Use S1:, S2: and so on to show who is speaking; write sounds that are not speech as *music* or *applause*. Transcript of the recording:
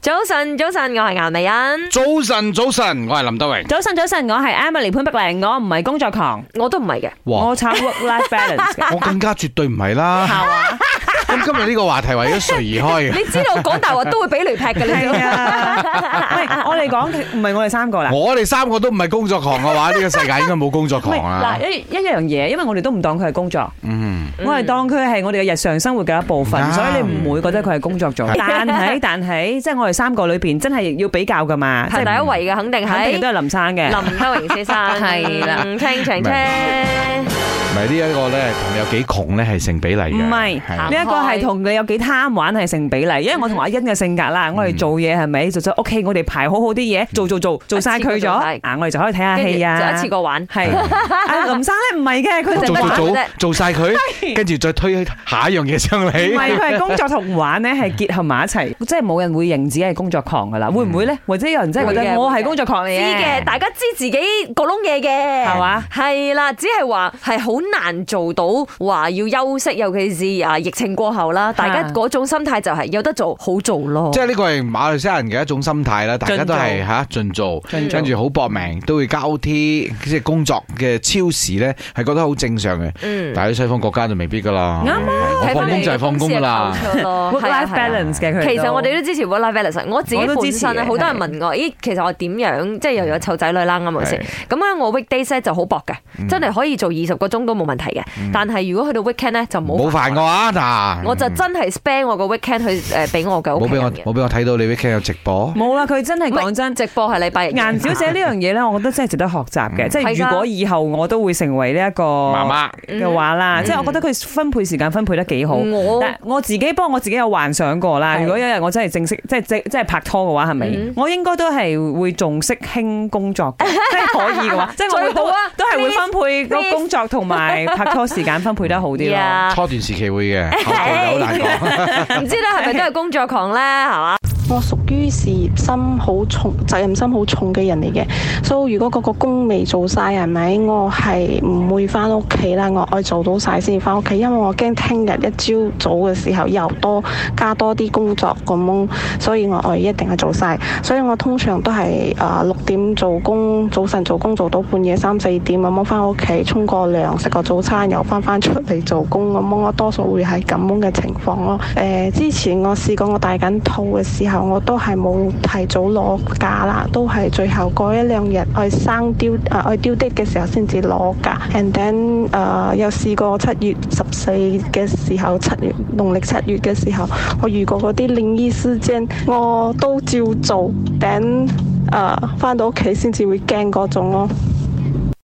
S1: 早晨，早晨，我係顏美欣。
S2: 早晨，早晨，我係林德榮。
S3: 早晨，早晨，我係 Emily 潘碧玲，我唔係工作狂，
S1: 我都唔係嘅，
S3: 我炒 work life balance 嘅。
S2: 我更加絕對唔 *laughs* 係
S3: *laughs*
S2: 啦。
S3: 係啊
S2: 咁今日呢個話題為咗誰而
S3: *laughs*
S2: 開嘅？
S1: 你知道講大話都會俾雷劈嘅，你知道
S2: *laughs*
S3: 係啊，喂，我哋講嘅唔係我哋三個啦，
S2: 我哋三個都唔係工作狂嘅話，呢個世界應該冇工作
S3: 唔係
S2: 狂啦
S3: 嗱。一一樣嘢，因為我哋都唔當佢係工作，
S2: 嗯，
S3: 我係當佢係我哋嘅日常生活嘅一部分，
S2: 啱
S3: 所以你唔會覺得佢係工
S2: *laughs*
S3: 作做。但係但係，即係我哋三個裏邊真係要比較噶嘛，即
S1: 係
S3: 係
S1: 第一位嘅，肯定
S3: 肯定都
S1: 係
S3: 係林生嘅。
S1: 林德榮先生。
S3: 係啦
S1: 嗯，清清
S2: 明
S1: 清。
S2: 唔係呢一個咧，同你有幾窮咧係成比例
S3: 唔
S2: 嘅。
S3: 係，
S2: 係
S3: 呢一個係同你有幾貪玩係成比例，因 *laughs* 為我同阿欣嘅性格啦，我哋做嘢係咪就想 OK，我哋排好好啲嘢，做做做做晒佢
S1: 一次過
S3: 咗，
S1: 做晒
S3: 啊，我哋就可以睇下
S1: 跟住
S3: 戲啊，
S1: 就一次過玩。
S3: 係。 *laughs* 阿林生咧唔係嘅， *laughs* 佢就
S2: 做
S3: 係
S2: 做
S3: 玩。
S2: 做
S1: 啫
S2: 做晒佢，跟住再推下一樣嘢上
S3: 唔
S2: 嚟。
S3: 係，佢係工作同玩咧係結合埋一齊， *laughs* 即係冇人會認自己係工作狂噶啦，會唔會咧？或者有人真係覺
S1: 會嘅
S3: 得我
S1: 會嘅
S3: 係工作狂嚟
S1: 知嘅，大家知自己個窿嘢嘅，
S3: 係嘛？
S1: 係啦，只係話係好難做到話要休息，尤其是啊疫情過後啦，大家嗰種心態就係有得做好做咯
S2: *laughs* 即。係呢個係馬來西亞人嘅一種心態啦，大家都係
S3: 盡做
S2: 吓盡做，
S3: 盡做
S2: 跟住好搏命，都會加 OT，即係工作嘅超時咧，係覺得好正常嘅。
S1: 嗯，
S2: 但係喺西方國家就未必㗎啦。嗯
S3: 啱啊
S2: 我放工就係放工㗎啦。
S3: *laughs* work
S1: 啊
S3: life balance 嘅佢哋都。
S1: 其實我哋都支持 work life balance。我自己
S3: 我都
S1: 本
S3: 支持嘅
S1: 身咧，好多人問我，咦，其實我點樣即係又有湊仔女啦，啱唔啱先？咁咧，我 weekdays 咧就好搏嘅，
S3: 嗯
S1: 真係可以做二十個鐘都冇問題嘅。但係如果去到 weekend 咧，就
S2: 冇
S1: 冇
S2: 煩我啊嗱，
S1: 我就真係 spend 我個 weekend 去誒俾我嘅屋
S2: 冇
S1: 企
S2: 俾我
S1: 人嘅。
S2: 冇俾我睇到你 weekend 有直播，
S3: 冇啦，佢真係
S1: 唔係
S3: 講真。
S1: 直播係禮拜日嘅。
S3: 顏小 *laughs* 姐呢樣嘢咧，我覺得真係值得學習嘅。即
S1: 係
S3: 嗯係
S1: 㗎
S3: 如果以後我都會成為呢一個
S2: 媽媽
S3: 嘅
S1: 嗯
S3: 話啦，即係我覺得佢分配時間分配得幾 *laughs* 好。
S1: 我
S3: 但我自己幫我自己有幻想過啦。
S1: 嗯係
S3: 如果有一日我真係正式即係即即係拍拖嘅話，係咪
S1: 嗯？
S3: 我應該都係會重色輕工作
S1: *laughs*
S3: 嘅，即係可以嘅話，即係我
S1: 最
S3: 會
S1: 好
S3: 都
S1: 啊
S3: 都係會分配個
S1: please，please
S3: 工作同埋拍拖時間分配得好啲咯。
S1: 呀
S3: *laughs*
S2: 初段時期會嘅，後段就好難講。
S1: 唔知咧係咪都係工作狂咧，係嘛？
S4: 我屬於事業心好重、責任心好重嘅人嚟嘅，所以如果嗰個工未做晒，係咪？我係唔會翻屋企啦，我愛做到晒先翻屋企，因為我驚聽日一朝早嘅時候又多加多啲工作咁樣，所以我愛一定係做晒。所以我通常都係啊六點做工，早晨做工做到半夜三四點咁樣翻屋企，沖個涼，食個早餐，又翻翻出嚟做工咁樣，我多數會係咁樣嘅情況咯。誒、之前我試過我戴緊套嘅時候，我都係冇提早攞假啦，都係最後嗰一兩日去生雕啊去雕的嘅時候先至攞假。And then 誒、又試過七月十四嘅時候，七月農曆七月嘅時候，我遇過嗰啲靈異事件，呃我都照做。等誒翻到屋企先至會驚嗰種咯。